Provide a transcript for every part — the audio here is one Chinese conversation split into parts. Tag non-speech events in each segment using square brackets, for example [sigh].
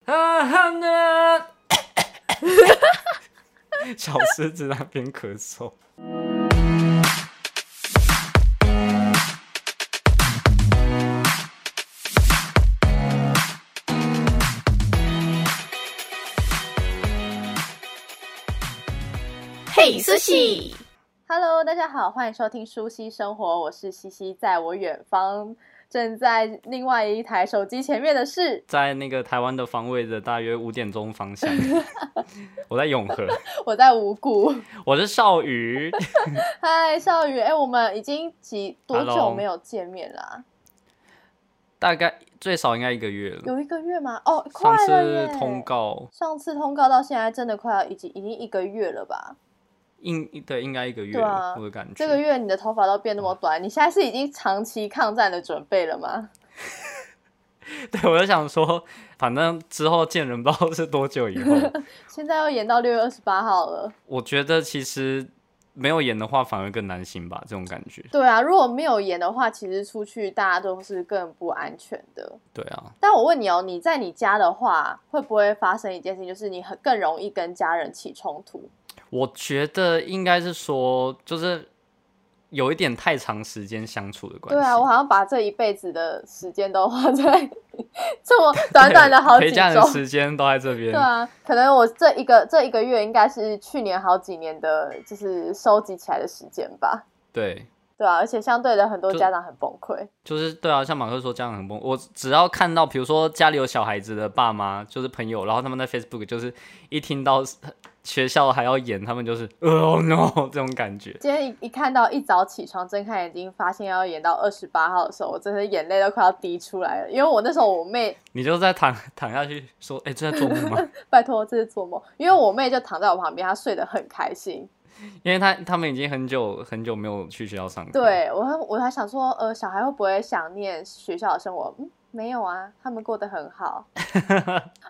[laughs] 小狮子那边咳嗽。嘿，苏西， Hello，大家好，欢迎收听《舒西生活》，我是西西，在我远方，正在另外一台手机前面的是，在那个台湾的方位的大约五点钟方向， [laughs] 我在永和，我在五谷。我是少宇，嗨，少宇，哎，我们已经几多 Hello 久没有见面啊啦、大概最少应该一个月了。有一个月吗？哦，上快了耶！次通，告上次通告到现在真的快要已经已经一个月了吧？应对应该一个月对啊了，我的感觉。这个月你的头发都变嗯那么短，你现在是已经长期抗战的准备了吗？对，我就想说，反正之后见人不知道是多久以后。现在要演到六月二十八号了。我觉得其实没有演的话，反而更担心吧，这种感觉。对啊，如果没有演的话，其实出去大家都是更不安全的。对啊，但我问你哦，你在你家的话，会不会发生一件事情，就是你很更容易跟家人起冲突？我觉得应该是说，就是有一点太长时间相处的关对系。[laughs] 啊，我好像把这一辈子的时间都花在 [laughs] 这么短短的好对几陪家人周。时间都在这边。对啊，可能我这一个这一个月应该是去年好几年的，就是收集起来的时间吧。对对啊，而且相对的，很多就家长很崩溃。就是对啊，像马克说家长很崩，我只要看到，比如说家里有小孩子的爸妈，就是朋友，然后他们在 Facebook 就是一听到呃学校还要演，他们就是 Oh [laughs] no 这种感觉。今天一一看到一早起床睁开眼睛，发现要演到二十八号的时候，我真的眼泪都快要滴出来了。因为我那时候我妹你就在躺躺下去说，哎、这在做 [laughs] 梦吗？拜托，这是做梦。因为我妹就躺在我旁边，她睡得很开心。因为他他们已经很久很久没有去学校上课，，对我还，我还想说，呃，小孩会不会想念学校的生活？嗯，没有啊，他们过得很好。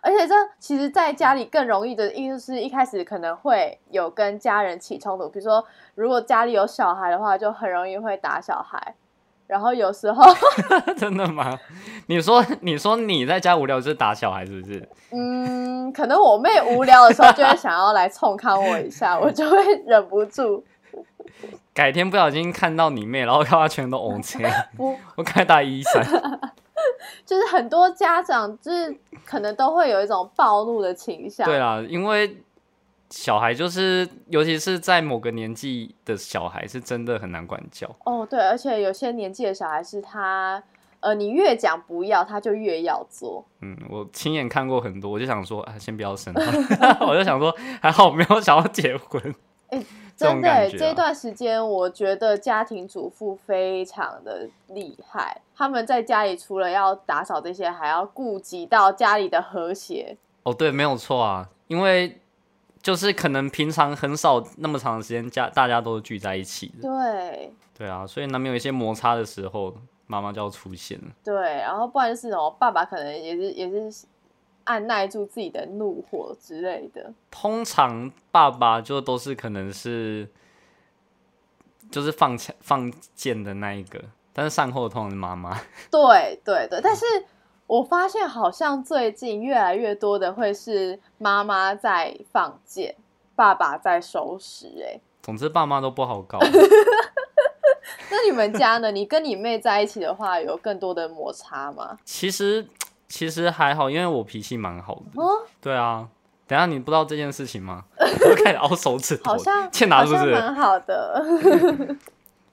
而且这其实，在家里更容易的，因为就是一开始可能会有跟家人起冲突，比如说如果家里有小孩的话，就很容易会打小孩。然后有时候，[laughs] [laughs] 真的吗？你说你说你在家无聊就是打小孩是不是？嗯，可能我妹无聊的时候就会想要来冲康我一下，我就会忍不住。改天不小心看到你妹，然后看她全都 O K， [laughs] 不，我看她一 [laughs] 三，啊就是很多家长就是可能都会有一种暴怒的倾向。对啊啦，因为小孩就是尤其是在某个年纪的小孩是真的很难管教，哦，对，而且有些年纪的小孩是他，呃，你越讲不要，他就越要做。嗯，我亲眼看过很多，我就想说啊，先不要生好 [laughs] 了， [laughs] 我就想说还好我没有想要结婚，哎这种真的感耶，觉啊这段时间我觉得家庭主妇非常的厉害，他们在家里除了要打扫这些，还要顾及到家里的和谐。哦，对，没有错啊，因为就是可能平常很少那么长的时间家大家都聚在一起的，对对啊，所以难免有一些摩擦的时候，妈妈就要出现了。对，然后不然就是哦，爸爸可能也是也是按耐住自己的怒火之类的。通常爸爸就都是可能是就是放枪放箭的那一个，但是善后的通常是妈妈。 [laughs] 对对对，但是我发现好像最近越来越多的会是妈妈在放箭，爸爸在收拾、欸。总之，爸妈都不好搞。哎，那你们家呢？你跟你妹在一起的话，有更多的摩擦吗？其实其实还好，因为我脾气蛮好的。哦，对啊，等一下你不知道这件事情吗？我开始凹手指头，好像欠打好是不像是？蛮好的。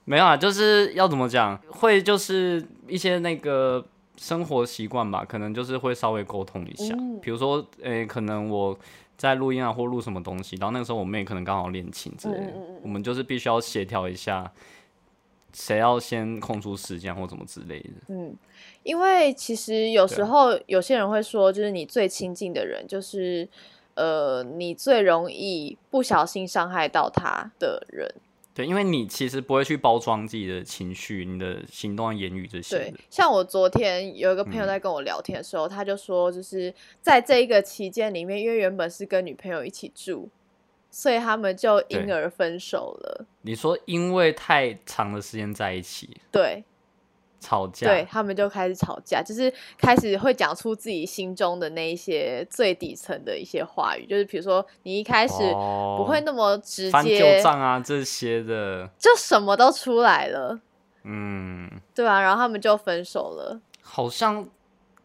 没有啊，就是要怎么讲，会就是一些那个生活习惯吧，可能就是会稍微沟通一下。嗯比如说，诶、可能我在录音啊，或录什么东西，然后那个时候我妹可能刚好练琴之类的，嗯嗯嗯嗯我们就是必须要协调一下，谁要先空出时间或怎么之类的。嗯，因为其实有时对啊候有些人会说，就是你最亲近的人，就是呃，你最容易不小心伤害到他的人。对，因为你其实不会去包装自己的情绪、你的行动、啊言语这些对的。，像我昨天有一个朋友嗯在跟我聊天的时候，他就说，就是在这一个期间里面，因为原本是跟女朋友一起住，所以他们就因对而分手了。你说，因为太长的时间在一起，对，吵架，对他们就开始吵架，就是开始会讲出自己心中的那一些最底层的一些话语，就是比如说你一开始哦不会那么直翻旧接，账啊这些的，就什么都出来了，嗯，对吧、然后他们就分手了。好像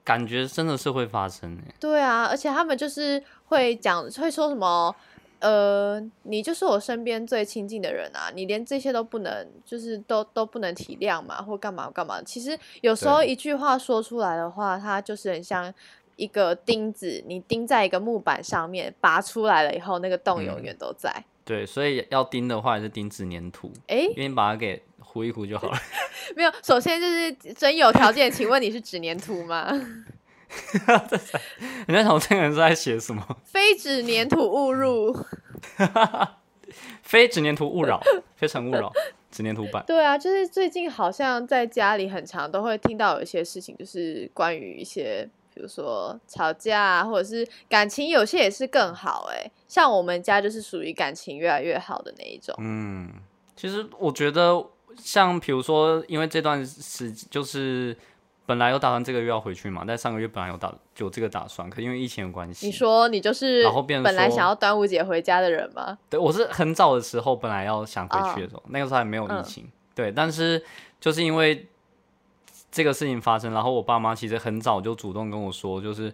感觉真的是会发生欸诶、对啊，而且他们就是会讲，会说什么，呃，你就是我身边最亲近的人啊，你连这些都不能，就是都都不能体谅嘛，或干嘛干嘛。其实有时候对一句话说出来的话，它就是很像一个钉子，你钉在一个木板上面，拔出来了以后，那个洞永嗯远都在。对，所以要钉的话还是钉纸粘土，诶，因为你把它给糊一糊就好了。 [laughs] 没有，首先就是真有条件，请问你是纸粘土吗？ [laughs] 人家想这个人是在写什么？ [laughs] 非纸粘土勿入。非纸粘土勿扰，非诚勿扰，纸粘土版。对啊，就是最近好像在家里很常都会听到有一些事情，就是关于一些，比如说吵架啊，或者是感情，有些也是更好哎、像我们家就是属于感情越来越好的那一种。嗯，其实我觉得，像比如说，因为这段时就是本来有打算这个月要回去嘛，但上个月本来有打有这个打算，可因为疫情的关系，你说你就是然后变成本来说想要端午节回家的人吗？对，我是很早的时候本来要想回去的时候，那个时候还没有疫嗯情，对，但是就是因为这个事情发生，然后我爸妈其实很早就主动跟我说，就是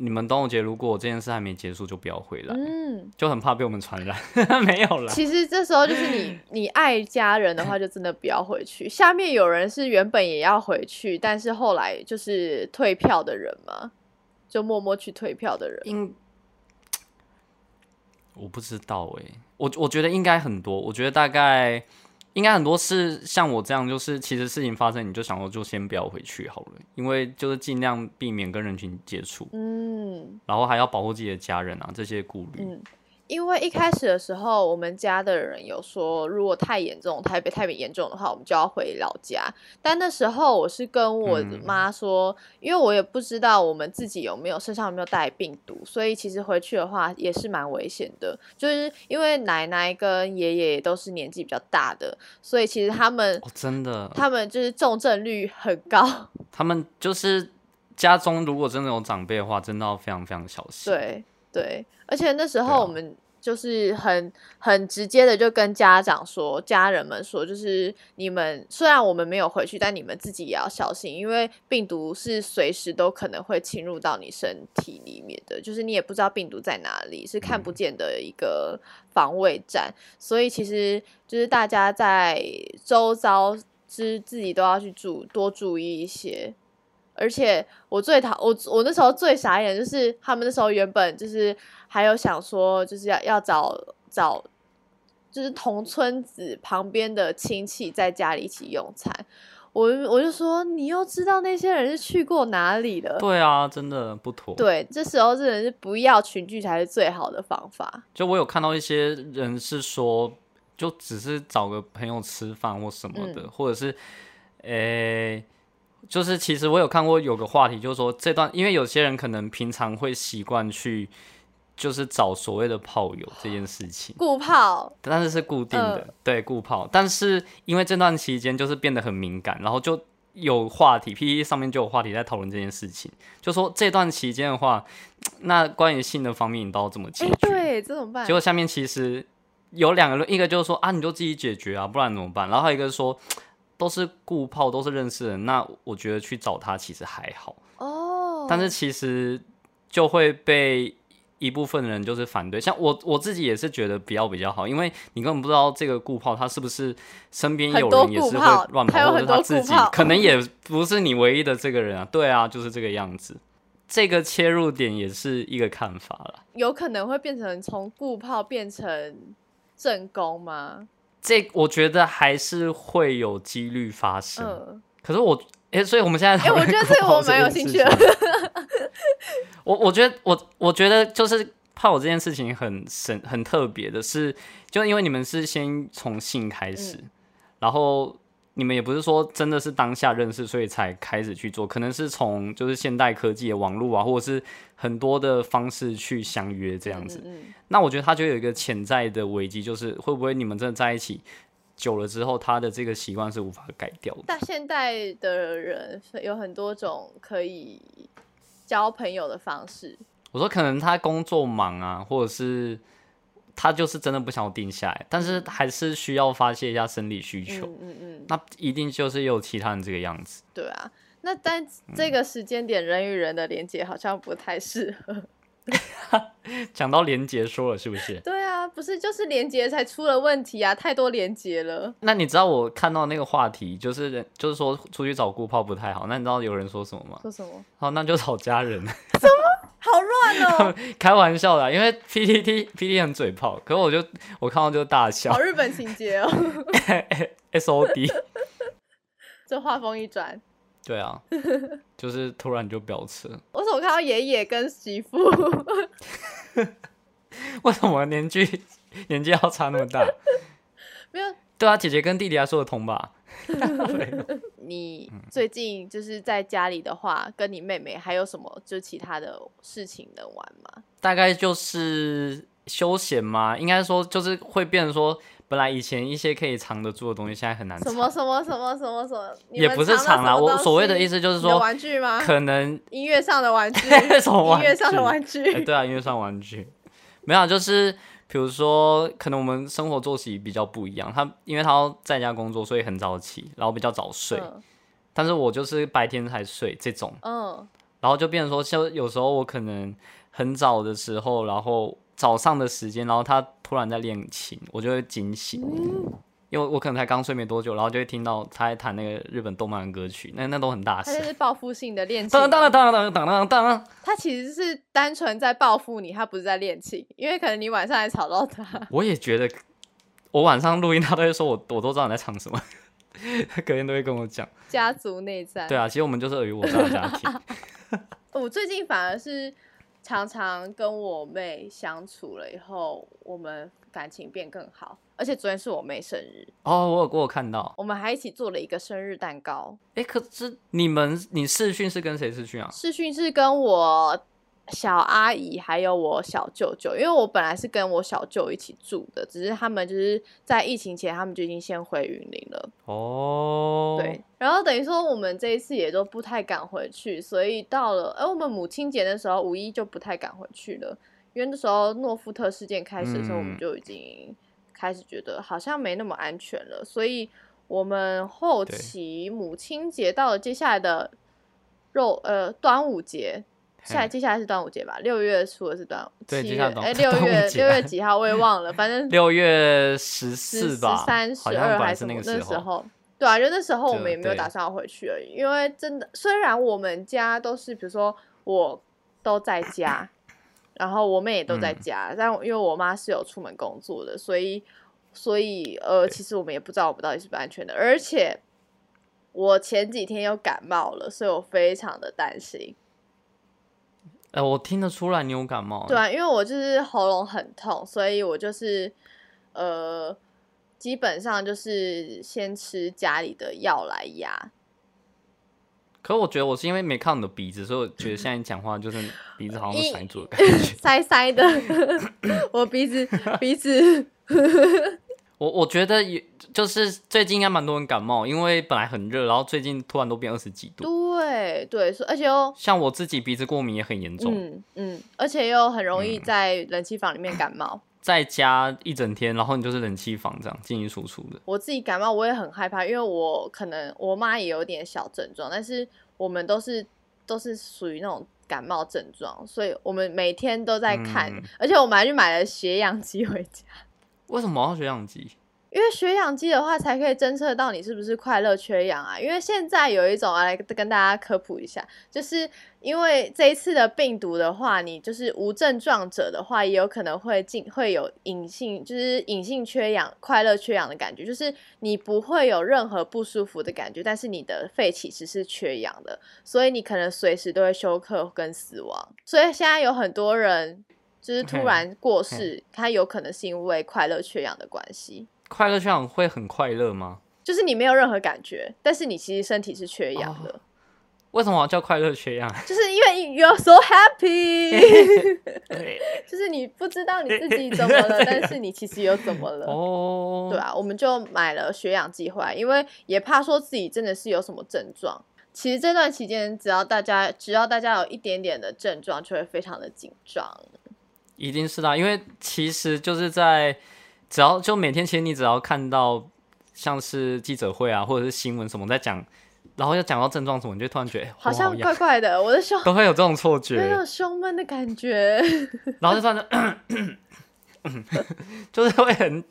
你们端午节如果这件事还没结束，就不要回来，嗯，就很怕被我们传染， [laughs] 没有啦，其实这时候就是 [laughs] 你你爱家人的话，就真的不要回去。下面有人是原本也要回去，但是后来就是退票的人吗？就默默去退票的人。应我不知道哎、我我觉得应该很多，我觉得大概应该很多是像我这样，就是其实事情发生你就想说就先不要回去好了，因为就是尽量避免跟人群接触，嗯，然后还要保护自己的家人啊这些顾虑。嗯因为一开始的时候，我们家的人有说，如果太严重，台北太严重的话，我们就要回老家。但那时候我是跟我嗯妈说，因为我也不知道我们自己有没有身上有没有带病毒，所以其实回去的话也是蛮危险的。就是因为奶奶跟爷爷也都是年纪比较大的，所以其实他们哦，真的，他们就是重症率很高。他们就是家中如果真的有长辈的话，真的要非常非常小心。，对对，而且那时对啊候我们就是很、很直接的就跟家长说，家人们说，就是你们虽然我们没有回去，但你们自己也要小心，因为病毒是随时都可能会侵入到你身体里面的，就是你也不知道病毒在哪里，是看嗯不见的一个防卫战，所以其实就是大家在周遭之自己都要去注多注意一些。而且我最讨我我那时候最傻眼就是他们那时候原本就是还有想说就是要要找找就是同村子旁边的亲戚在家里一起用餐，我我就说你又知道那些人是去过哪里了。对啊，真的不妥。，对，这时候真的是不要群聚才是最好的方法。就我有看到一些人是说，就只是找个朋友吃饭或什么的，嗯或者是，诶、就是其实我有看过有个话题，就是说这段，因为有些人可能平常会习惯去，就是找所谓的炮友这件事情。顾炮，但是是固定的，对，固炮。但是因为这段期间就是变得很敏感，然后就有话题，PPT 上面就有话题在讨论这件事情，就说这段期间的话，那关于性的方面你都要怎么解哎、决？对，这怎么办结？果下面其实有两个论，一个就是说啊，你就自己解决啊，不然怎么办？然后还有一个是说。都是固炮，都是认识人，那我觉得去找他其实还好，哦，但是其实就会被一部分人就是反对，像我我自己也是觉得不要比较好，因为你根本不知道这个顾炮他是不是身边很有多人也顾是炮会乱他有跑，或很者多他自顾己炮可能也不是你唯一的这个人啊。对啊，就是这个样子。这个切入点也是一个看法了。有可能会变成从顾炮变成正宫吗？这我觉得还是会有几率发生。嗯，可是我，诶，所以我们现在哎、讨我论觉得顾这个炮我蛮有件兴事趣的情。 [laughs] 我我觉得我我觉得就是怕我这件事情很神很特别的是，就因为你们是先从性开始，嗯然后你们也不是说真的是当下认识，所以才开始去做，可能是从就是现代科技的网络啊，或者是很多的方式去相约这样子。嗯嗯嗯那我觉得它就有一个潜在的危机，就是会不会你们真的在一起，久了之后，他的这个习惯是无法改掉的。但现代的人有很多种可以交朋友的方式，我说可能他工作忙啊，或者是他就是真的不想要定下来，但是还是需要发泄一下生理需求。嗯嗯嗯嗯，那一定就是有其他人这个样子。对啊。那但嗯这个时间点，人与人的连接好像不太适合。 [laughs] 讲到连结说了是不是？对啊，不是就是连接才出了问题啊，太多连接了。那你知道我看到那个话题，就是人就是说出去找顾炮不太好。那你知道有人说什么吗？说什么？好，那就找家人。 [laughs] 好乱哦、开玩笑的啊、因为 PPT PPT 很嘴炮，可是我就我看到就大 [laughs] 笑好日本情节哦、 [laughs] ，SOD。这话锋一转， [laughs] 对 [laughs] 啊，就是突然就飙车。 [laughs] 我怎么看到爷爷跟媳妇？ [laughs] 为什么年纪年纪要差那么大？没有，对啊，姐姐跟弟弟还说得通吧？没有你嗯最近就是在家里的话，跟你妹妹还有什么就其他的事情能玩吗？大概就是休闲嘛，应该说就是会变成说，本来以前一些可以藏得住的东西，现在很难什藏。么什么什么什么什么？你也们不是藏藏了啦，什么我东所谓的西意思就是你的说，玩具吗？可 [laughs] 能音乐上的 [laughs] 玩具，什么玩音乐上的具玩具，哎，对啊，音乐上玩具，没有啊，就是比如说，可能我们生活作息比较不一样。他因为他要在家工作，所以很早起，然后比较早睡。嗯但是我就是白天才睡这种，嗯然后就变成说，像有时候我可能很早的时候，然后早上的时间，然后他突然在练琴，我就会惊醒。因为我可能才刚睡没多久，然后就会听到他在弹那个日本动漫的歌曲，那那都很大他声就，是报复性的练琴当，当当当当当当当。他其实是单纯在报复你，他不是在练琴，因为可能你晚上还吵到他。 [laughs] 我也觉得，我晚上录音，他都会说我，我都知道你在唱什么，隔天都会跟我讲。家族内战，对啊，其实我们就是尔虞我诈的家庭。我最近反而是常常跟我妹相处了以后，我们感情变更好。而且昨天是我妹生日，哦，我有我有看到，我们还一起做了一个生日蛋糕。哎、可是你们你试训是跟谁试训啊？视讯是跟我小阿姨还有我小舅舅，因为我本来是跟我小舅一起住的，只是他们就是在疫情前他们就已经先回云林了。哦，对，，然后等于说我们这一次也都不太敢回去，所以到了，哎、我们母亲节的时候，五一就不太敢回去了，因为那时候诺夫特事件开始的时候，我们嗯就已经开始觉得好像没那么安全了，所以我们后对期母亲节到了接下来的肉呃端午节。下来嘿接下来是端午节吧，六月初的是端，对七接月下来端哎六端午月节六月几号我也忘了，反 [laughs] 正六月十十四十吧，三、十好像二本还来是是什那么那个时时候。候。对啊，就那时候我就们也没有打对算要回去而已，因为真的，虽然我们家都是，比如说我都在家，然后我妹也都在嗯家，但因为我妈是有出门工作的，所以所以呃，其实我们也不知道我们到底是不是安全的，而且我前几天又感冒了，所以我非常的担心。哎、我听得出来你有感冒。对，啊，因为我就是喉咙很痛，所以我就是呃，基本上就是先吃家里的药来压。可我觉得我是因为没看到你的鼻子，所以我觉得现在你讲话就是鼻子好像一是塞住的感觉。塞塞的， [laughs] 我鼻子鼻子我我觉得也就是最近应该蛮多人感冒，因为本来很热，然后最近突然都变二十几度。对对，所以而且又像我自己鼻子过敏也很严重，嗯嗯，而且又很容易在冷气房里面感冒。在家一整天，然后你就是冷气房这样进进出出的。我自己感冒我也很害怕，因为我可能我妈也有点小症状，但是我们都是都是属于那种感冒症状，所以我们每天都在看，嗯而且我们还去买了血氧 [laughs] 机回家，为什么要学氧机？因为血氧机的话才可以侦测到你是不是快乐缺氧啊。因为现在有一种啊，来跟大家科普一下，就是因为这一次的病毒的话，你就是无症状者的话，也有可能会进会有隐性，就是隐性缺氧、快乐缺氧的感觉，就是你不会有任何不舒服的感觉，但是你的肺其实是缺氧的，所以你可能随时都会休克跟死亡。所以现在有很多人。就是突嘿然过世，他有可能是因为快乐缺氧的关系。快乐缺氧会很快乐吗？就是你没有任何感觉，但是你其实身体是缺氧的。为什么叫快乐缺 [laughs] 氧？就是因为 you're so happy，就是你不知道你自己怎么了，但是你其实又怎么了。哦，对啊，我们就买了血氧计划，因为也怕说自己真的是有什么症状。其实这段期间，只要大家只要大家有一点点的症状，就会非常的紧张。一定是的啊，因为其实就是在只要就每天，其实你只要看到像是记者会啊，或者是新闻什么在讲，然后要讲到症状什么，你就突然觉得、哎喉好咙像痒怪怪的，我的胸都会有这种错有一觉，种胸闷的感觉。 [laughs] 然后就突然就就是会很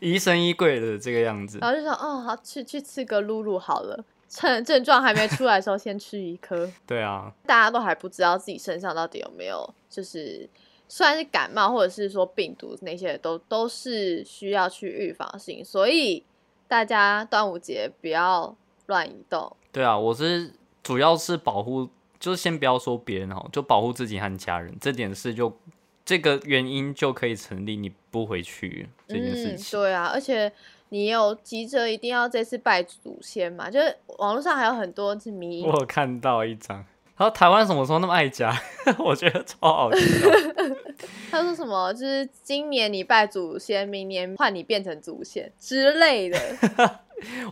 疑神疑鬼的这个样子然。后就想，哦，好，去去吃个露露好了，趁症状还没出来的时候先吃一颗。对啊，大家都还不知道自己身上到底有没有，就是虽然是感冒或者是说病毒那些都都是需要去预防性，所以大家端午节不要乱移动。对啊，我是主要是保护，就是先不要说别人哦，就保护自己和家人，这点事就这个原因就可以成立，你不回去这件事嗯，情。对啊，而且你有急着一定要这次拜祖先嘛，就是网络上还有很多是迷因我有看到一张，然后台湾什么时候那么爱家？ [laughs] 我觉得超好笑。他说什么？就是今年你拜祖先，明年换你变成祖先之类的。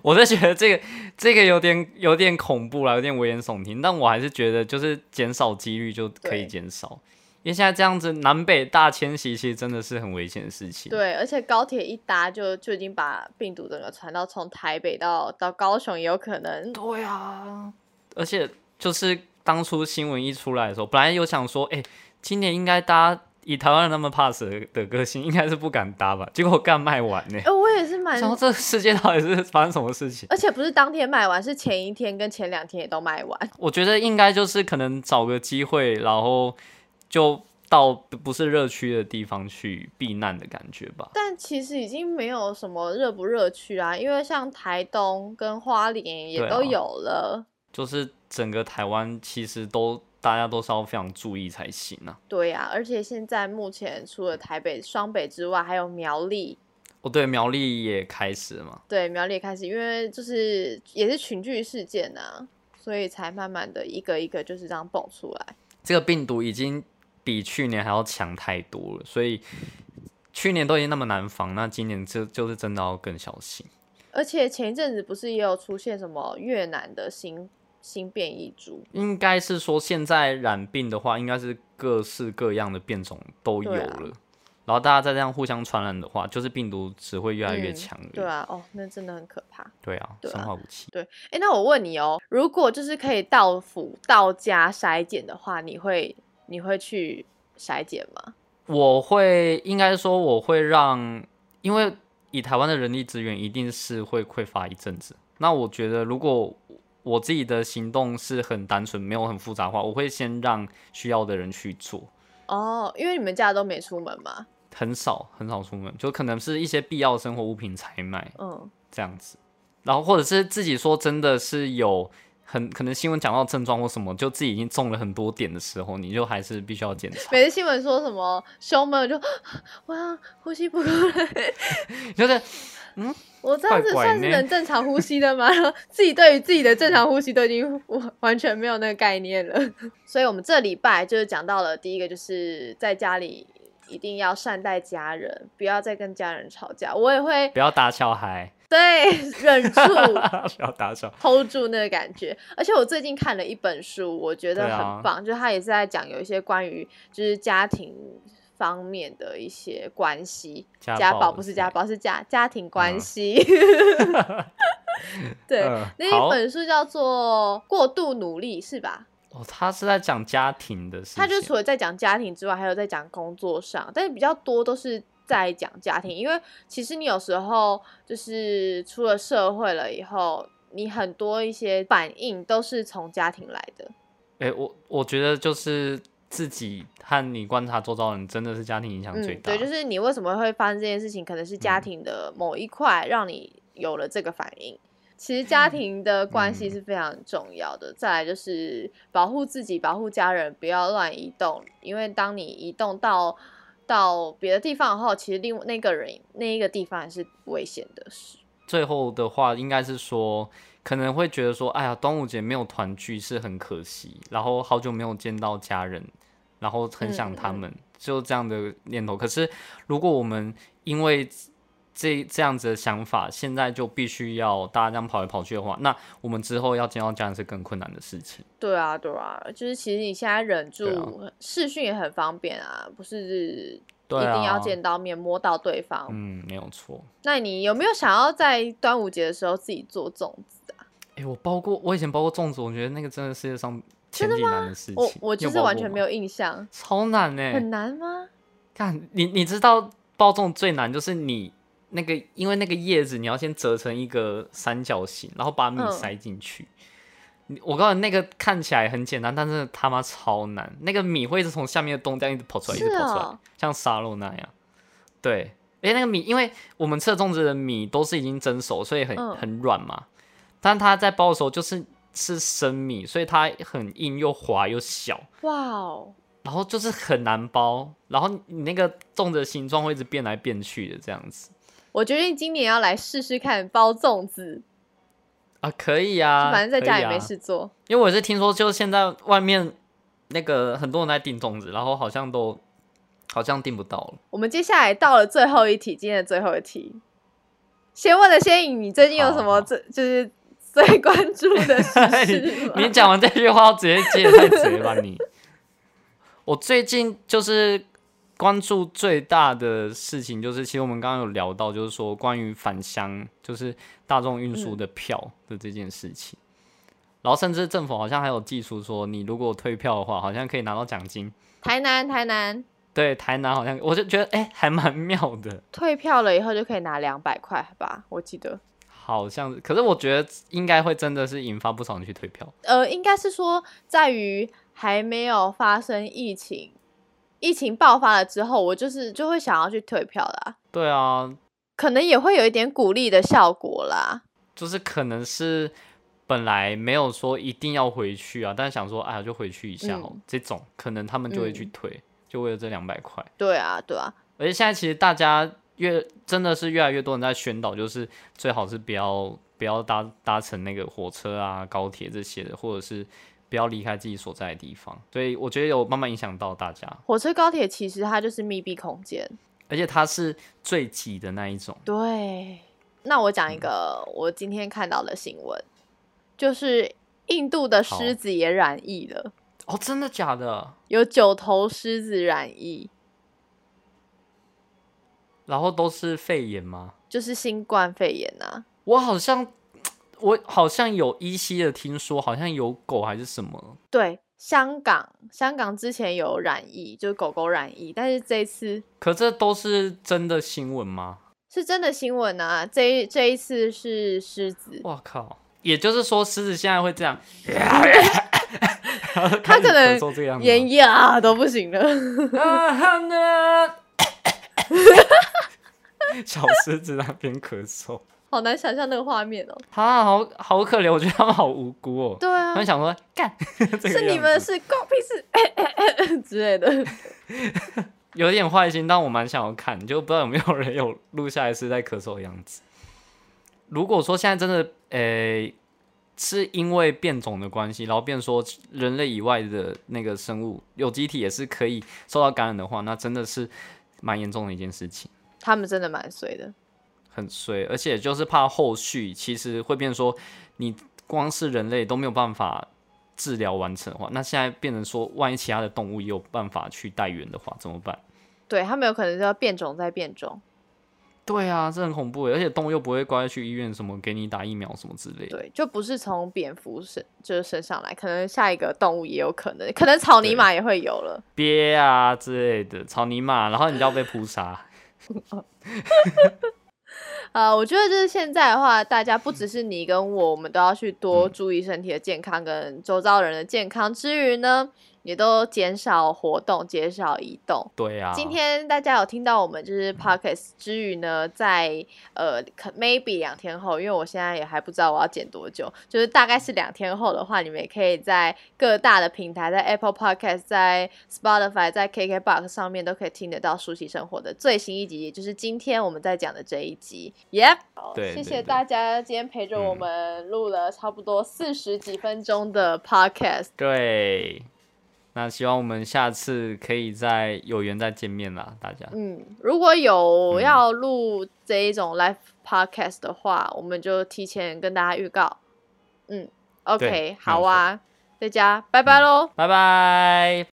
我是觉得这个这个有点有点恐怖啦，有点危言耸听，但我还是觉得就是减少几率就可以对减少，因为现在这样子南北大迁徙其实真的是很危险的事情。对，而且高铁一搭就就已经把病毒整个传到从台北到到高雄也有可能。对啊，而且就是当初新闻一出来的时候，本来有想说，哎、今年应该搭以台湾人那么怕死的的个性，应该是不敢搭吧，结果干卖完 [laughs] 呢、哎、我也是蛮然，后这个世界到底是发生什么事情？而且不是当天卖完，是前一天跟前两天也都卖完。 [laughs] 我觉得应该就是可能找个机会，然后就到不不是热区的地方去避难的感觉吧。但其实已经没有什么热不热区啦，因为像台东跟花莲也对都啊有了。就是整个台湾其实都大家都是要非常注意才行啊。对呀、而且现在目前除了台北、双北之外，还有苗栗，哦，对，苗栗也开始了嘛，对，苗栗也开始，因为就是也是群聚事件呐、所以才慢慢的一个一个就是这样蹦出来。这个病毒已经比去年还要强太多了，所以去年都已经那么难防，那今年就就是真的要更小心。而且前一阵子不是也有出现什么越南的新新变异株？应该是说现在染病的话，应该是各式各样的变种都有对啊了。然后大家再这样互相传染的话，就是病毒只会越来越嗯强、而已对啊，哦，那真的很可怕。对啊，对啊生化武器。哎，那我问你哦，如果就是可以到府到家筛检的话，你会你会去筛检吗？我会应该说我会让，因为以台湾的人力资源一定是会匮乏一阵子。那我觉得如果我自己的行动是很单纯，没有很复杂的话，我会先让需要的人去做。哦，因为你们家都没出门嘛，很少很少出门，就可能是一些必要生活物品才买嗯，这样子，然后或者是自己说真的是有很可能新闻讲到症状或什么，就自己已经中了很多点的时候，你就还是必须要检查。每次新闻说什么胸闷，我就 [gasps] 哇呼吸不过来，就是我这样子算是能正常呼吸的吗？ [laughs] 自己对于自己的正常呼吸都已经完完全没有那个概念了。 [laughs] 所以我们这礼拜就是讲到了第一个，就是在家里一定要善待家人，不要再跟家人吵架。我也会不要打小孩， [laughs] 对忍住不要打小孩。 hold 住那个感觉。而且我最近看了一本书，我觉得对啊很棒，就是他也是在讲有一些关于就是家庭方面的一些关系。家家暴暴的不是事家情暴，是家家庭关嗯系。 [laughs] 对， [laughs] 嗯那好一本书叫做《过度努力》，是吧？哦，他是在讲家庭的事情，他就除了在讲家庭之外，还有在讲工作上，但是比较多都是在讲家庭，因为其实你有时候就是出了社会了以后，你很多一些反应都是从家庭来的。哎、我我觉得就是自己和你观察周遭人，真的是嗯家庭影响最嗯，大。对，就是你为什么会发生这件事情，可能是家庭的某一块让你有了这个反应。其实家庭的关系嗯是非常重要的。再来就是保护自己、保护家人，不要乱移动，因为当你移动到到别的地方后，其实另那个人那一个地方也是危险的事。最后的话，应该是说可能会觉得说，哎呀，端午节没有团聚是很可惜，然后好久没有见到家人，然后很想他们，就这样的念头。可是如果我们因为这这样子的想法，现在就必须要大家这样跑来跑去的话，那我们之后要见到家人是更困难的事情。对啊，对啊，就是其实你现在忍对啊住，视讯也很方便啊，不是对啊，一定要见到面摸到对方。嗯，没有错。那你有没有想要在端午节的时候自己做粽子啊？哎、我包过，我以前包过粽子，我觉得那个真的世界上前几难的事情。我我你有其实包完过全吗哎没，有印象，超难呢、欸很难吗？看你，你知道包粽最难就是你那个，因为那个叶子你要先折成一个三角形，然后把米嗯塞进去。你我告诉你，那个看起来很简单，但是他妈超难。那个米会一直从下面的洞这样一直跑出来，一直是跑出来，哦像沙漏那样。对，而且那个米，因为我们吃的粽子的米都是已经蒸熟，所以很、嗯很软嘛。但它在包的时候就是是生米，所以它很硬又滑又小。哇哦，然后就是很难包，然后你那个粽子的形状会一直变来变去的这样子我决定今年要来试试看包粽子，啊，可以啊，反正在家也没可以啊事做。因为我也是听说，就是现在外面那个很多人在订粽子，然后好像都好像订不到了。我们接下来到了最后一题，今天的最后一题。先问了先颖，你最近有什好好么最就是最关注的事情 [laughs] 你讲完这句话，直接接太直吧你。我最近就是关注最大的事情，就是其实我们刚刚有聊到，就是说关于返乡，就是大众运输的票的这件事情。然后甚至政府好像还有技术说，你如果退票的话，好像可以拿到奖金。台南台南对，台南好像我就觉得哎、还蛮妙的，退票了以后就可以拿两百块吧，我记得。好像是。可是我觉得应该会真的是引发不少人去退票。呃，应该是说在于还没有发生疫情，疫情爆发了之后，我就是就会想要去退票啦，对啊，可能也会有一点鼓励的效果啦。就是可能是本来没有说一定要回去啊，但是想说哎呀就回去一下哦、嗯这种可能他们就会去退，就为了这两百块。对啊，对啊，而且现在其实大家越真的是越来越多人在宣导，就是最好是不要不要搭搭乘那个火车啊、高铁这些的，或者是不要离开自己所在的地方。所以我觉得有慢慢影响到大家，火车高铁其实它就是密闭空间。而且它是最挤的那一种。对，那我讲一个我今天看到的新闻，就是印度的好狮子也染疫了，哦，真的假的？有九头狮子染疫，然后都是肺炎吗？就是新冠肺炎啊。我好像我好像有依稀的听说，好像有狗还是什么，对，香港香港之前有染疫，就是狗狗染疫，但是这一次可这都是真的新闻吗？是真的新闻啊，这一这一次是狮子，我靠！也就是说，狮子现在会这 [laughs] 样，它它可能这个样子连呀都不行了。 [laughs] 吗。啊哈呢 [laughs] 小狮子那边咳嗽，好难想象那个画面哦。它好好可怜，我觉得它们好无辜哦。对他啊们，想说干， [laughs] 这个是你样们子是狗屁事之类的。 [laughs] 有点坏心，但我蛮想要看，就不知道有没有人有录下来是在咳嗽的样子。如果说现在真的，诶、是因为变种的关系，然后变说人类以外的那个生物有机体也是可以受到感染的话，那真的是蛮严重的一件事情，他们真的蛮衰的。很衰。而且就是怕后续其实会变说，你光是人类都没有办法治疗完成的话，那现在变成说，万一其他的动物也有办法去带源的话，怎么办？对他们有可能就要变种再变种。对啊，这很恐怖耶，而且动物又不会乖去医院什么给你打疫苗什么之类的。对，就不是从蝙蝠身就是身上来，可能下一个动物也有可能，可能草泥马也会有了。鳖啊之类的，草泥马，然后你就要被扑杀。呃，我觉得就是现在的话，大家不只是你跟我，我们都要去多注意身体的健康跟周遭人的健康。之余呢，也都减少活动，减少移动。对啊，今天大家有听到我们就是嗯 podcast 之余呢，在呃可 maybe 两天后，因为我现在也还不知道我要剪多久，就是大概是两天后的话，你们也可以在各大的平台，在 Apple Podcast、在 Spotify、在 KKBox 上面都可以听得到《舒淇生活》的最新一集，也就是今天我们在讲的这一集。Yep，对谢对谢对嗯大家今天陪着我们录了差不多四十几分钟的 podcast。对，那希望我们下次可以再有缘再见面啦，大家。嗯，如果有嗯要录这一种 live podcast 的话，我们就提前跟大家预告。嗯，OK，好啊，大家拜拜喽。拜拜。